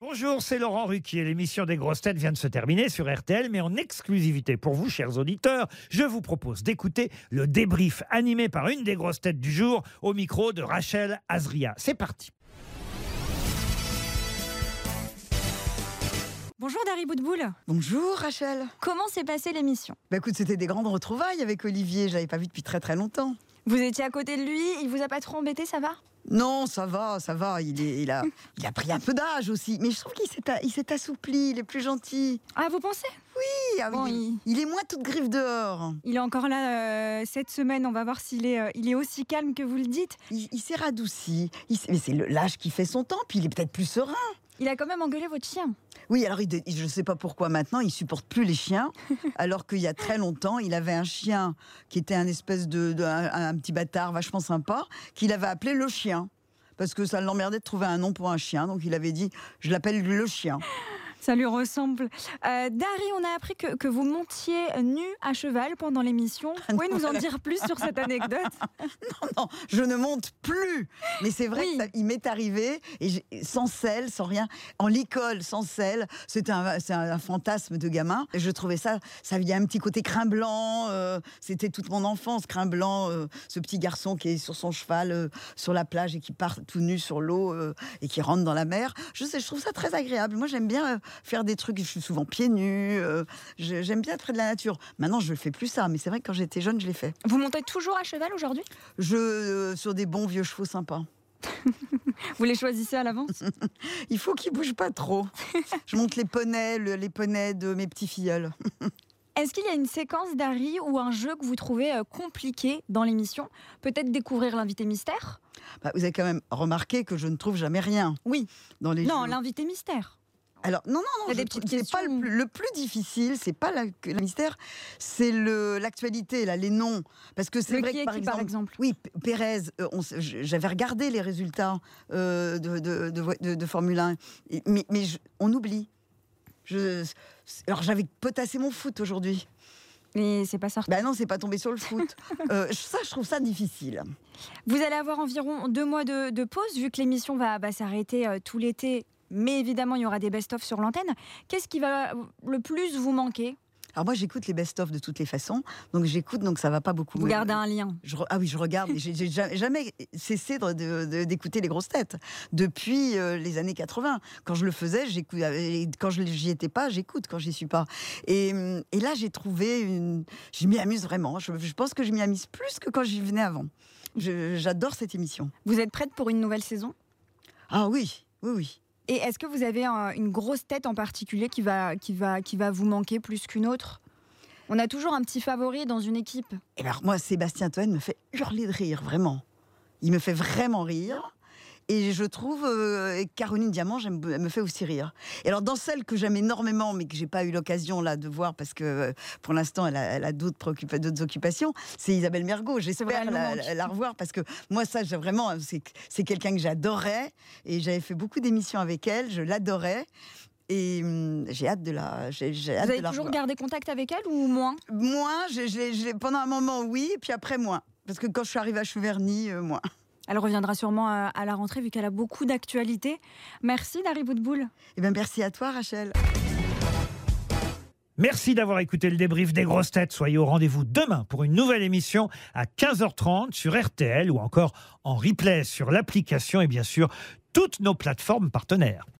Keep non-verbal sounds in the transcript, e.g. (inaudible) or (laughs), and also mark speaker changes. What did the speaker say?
Speaker 1: Bonjour, c'est Laurent Ruquier. L'émission des grosses têtes vient de se terminer sur RTL, mais en exclusivité pour vous, chers auditeurs, je vous propose d'écouter le débrief animé par une des grosses têtes du jour au micro de Rachel Azria. C'est parti.
Speaker 2: Bonjour Dari Boudboul.
Speaker 3: Bonjour Rachel.
Speaker 2: Comment s'est passée l'émission
Speaker 3: Bah écoute, c'était des grandes retrouvailles avec Olivier, je l'avais pas vu depuis très très longtemps.
Speaker 2: Vous étiez à côté de lui, il vous a pas trop embêté, ça va
Speaker 3: Non, ça va, ça va, il, est, (laughs) il, a, il a pris un peu d'âge aussi, mais je trouve qu'il s'est a- il s'est assoupli, il est plus gentil.
Speaker 2: Ah, vous pensez
Speaker 3: Oui, ah oui,
Speaker 2: Bon,
Speaker 3: il,
Speaker 2: il,
Speaker 3: il est moins toute griffe dehors.
Speaker 2: il est encore là euh, cette semaine, on va voir s'il est, euh, il est aussi calme que vous le dites.
Speaker 3: Il, il s'est radouci, il s'est- mais c'est le- l'âge qui fait son temps, puis il est peut-être plus serein.
Speaker 2: Il a quand même engueulé votre chien.
Speaker 3: Oui, alors il dé- je ne sais pas pourquoi maintenant, il supporte plus les chiens, alors qu'il y a très longtemps, il avait un chien qui était un espèce de, de- un, un petit bâtard vachement sympa, qu'il avait appelé le chien. Parce que ça l'emmerdait de trouver un nom pour un chien, donc il avait dit je l'appelle le chien.
Speaker 2: Ça lui ressemble. Euh, Dari, on a appris que, que vous montiez nu à cheval pendant l'émission. Vous pouvez nous en dire plus sur cette anecdote
Speaker 3: (laughs) Non, je ne monte plus. Mais c'est vrai
Speaker 2: Oui.
Speaker 3: que ça- il m'est arrivé et j'ai- sans selle, sans rien, en licole, sans selle, c'était un, c'est un, un fantasme de gamin. Et je trouvais ça, ça il y a un petit côté crin blanc. euh, c'était toute mon enfance, crin blanc, euh, ce petit garçon qui est sur son cheval euh, sur la plage et qui part tout nu sur l'eau euh, et qui rentre dans la mer. Je sais, je trouve ça très agréable. Moi, j'aime bien euh, faire des trucs. Je suis souvent pieds nus. euh, je- j'aime bien être près de la nature. Maintenant, je ne fais plus ça, mais c'est vrai que quand j'étais jeune, je l'ai fait.
Speaker 2: (laughs) Vous montez toujours à cheval aujourd'hui
Speaker 3: Je euh, sur des bons vieux chevaux sympas.
Speaker 2: Vous les choisissez à l'avance
Speaker 3: Il faut qu'ils bougent
Speaker 2: (laughs)
Speaker 3: pas trop. Je monte les poneys, le- les poneys de mes petits filleuls.
Speaker 2: Est-ce qu'il y a une séquence, Dari, ou un jeu que vous trouvez euh, compliqué dans l'émission Peut-être découvrir l'invité mystère
Speaker 3: Bah, vous avez quand même remarqué que je ne trouve jamais rien.
Speaker 2: Oui.
Speaker 3: Dans les
Speaker 2: Non,
Speaker 3: jeux.
Speaker 2: l'invité mystère.
Speaker 3: Alors non non
Speaker 2: Il y a
Speaker 3: non,
Speaker 2: des
Speaker 3: je
Speaker 2: petites
Speaker 3: trouve- c'est pas
Speaker 2: questions.
Speaker 3: le plus, le plus difficile, c'est pas la- que- le mystère, c'est le l'actualité là, les noms parce que c'est
Speaker 2: Le
Speaker 3: vrai
Speaker 2: qui
Speaker 3: que
Speaker 2: est
Speaker 3: par
Speaker 2: qui,
Speaker 3: exemple,
Speaker 2: par exemple
Speaker 3: Oui, P- Pérez, euh, on s- j- j'avais regardé les résultats euh, de, de- de vo- de- de Formule 1, et- mais, mais je- on oublie. Je, alors j'avais potassé mon foot aujourd'hui.
Speaker 2: Mais c'est pas sorti.
Speaker 3: Ben non, c'est pas tombé sur le foot. Euh, ça, je trouve ça difficile.
Speaker 2: Vous allez avoir environ deux mois de, de pause, vu que l'émission va, va s'arrêter euh, tout l'été. Mais évidemment, il y aura des best-of sur l'antenne. Qu'est-ce qui va le plus vous manquer
Speaker 3: Alors moi, j'écoute les best-of de toutes les façons, donc j'écoute, donc ça va pas beaucoup.
Speaker 2: Vous
Speaker 3: me-
Speaker 2: gardez un lien.
Speaker 3: Je re- ah oui, je regarde. J'ai j'ai ja- jamais cessé de- de- de- d'écouter les grosses têtes depuis euh, les années 80. Quand je le faisais, j'écoute. et Quand je j'y étais pas, j'écoute. Quand j'y suis pas. Et, hum, et là, j'ai trouvé une. Je m'y amuse vraiment. Je, je pense que je m'y amuse plus que quand j'y venais avant. Je- J'adore cette émission.
Speaker 2: Vous êtes prête pour une nouvelle saison
Speaker 3: Ah oui, oui, oui.
Speaker 2: Et est-ce que vous avez un- une grosse tête en particulier qui va, qui va, qui va vous manquer plus qu'une autre On a toujours un petit favori dans une équipe.
Speaker 3: Et alors moi, Sébastien Toen me fait hurler de rire, vraiment. Il me fait vraiment rire. Et je trouve euh, et Caroline Diamant, j'aime- elle me fait aussi rire. Et alors dans celle que j'aime énormément, mais que j'ai pas eu l'occasion là de voir parce que euh, pour l'instant elle a, elle a d'autres préoccupa- d'autres occupations, c'est Isabelle Mergot.
Speaker 2: vrai,
Speaker 3: J'espère
Speaker 2: elle nous
Speaker 3: la,
Speaker 2: manque.
Speaker 3: la- la revoir parce que moi ça j'ai vraiment euh, c'est c'est quelqu'un que j'adorais et j'avais fait beaucoup d'émissions avec elle, je l'adorais et hum, j'ai hâte de la j'ai j'ai hâte
Speaker 2: Vous
Speaker 3: de
Speaker 2: avez
Speaker 3: la
Speaker 2: toujours
Speaker 3: revoir.
Speaker 2: gardé contact avec elle ou moins
Speaker 3: Moins, je- je l'ai- je l'ai- pendant un moment, oui, et puis après, moins. Parce que quand je suis arrivée à Chouverny, euh, moins.
Speaker 2: Elle reviendra sûrement euh, à, à la rentrée vu qu'elle a beaucoup d'actualités. Merci Dari Boudboul.
Speaker 3: Eh bien, merci à toi, Rachel.
Speaker 1: Merci d'avoir écouté le débrief des grosses têtes. Soyez au rendez-vous demain pour une nouvelle émission à 15h30 sur RTL ou encore en replay sur l'application et bien sûr toutes nos plateformes partenaires.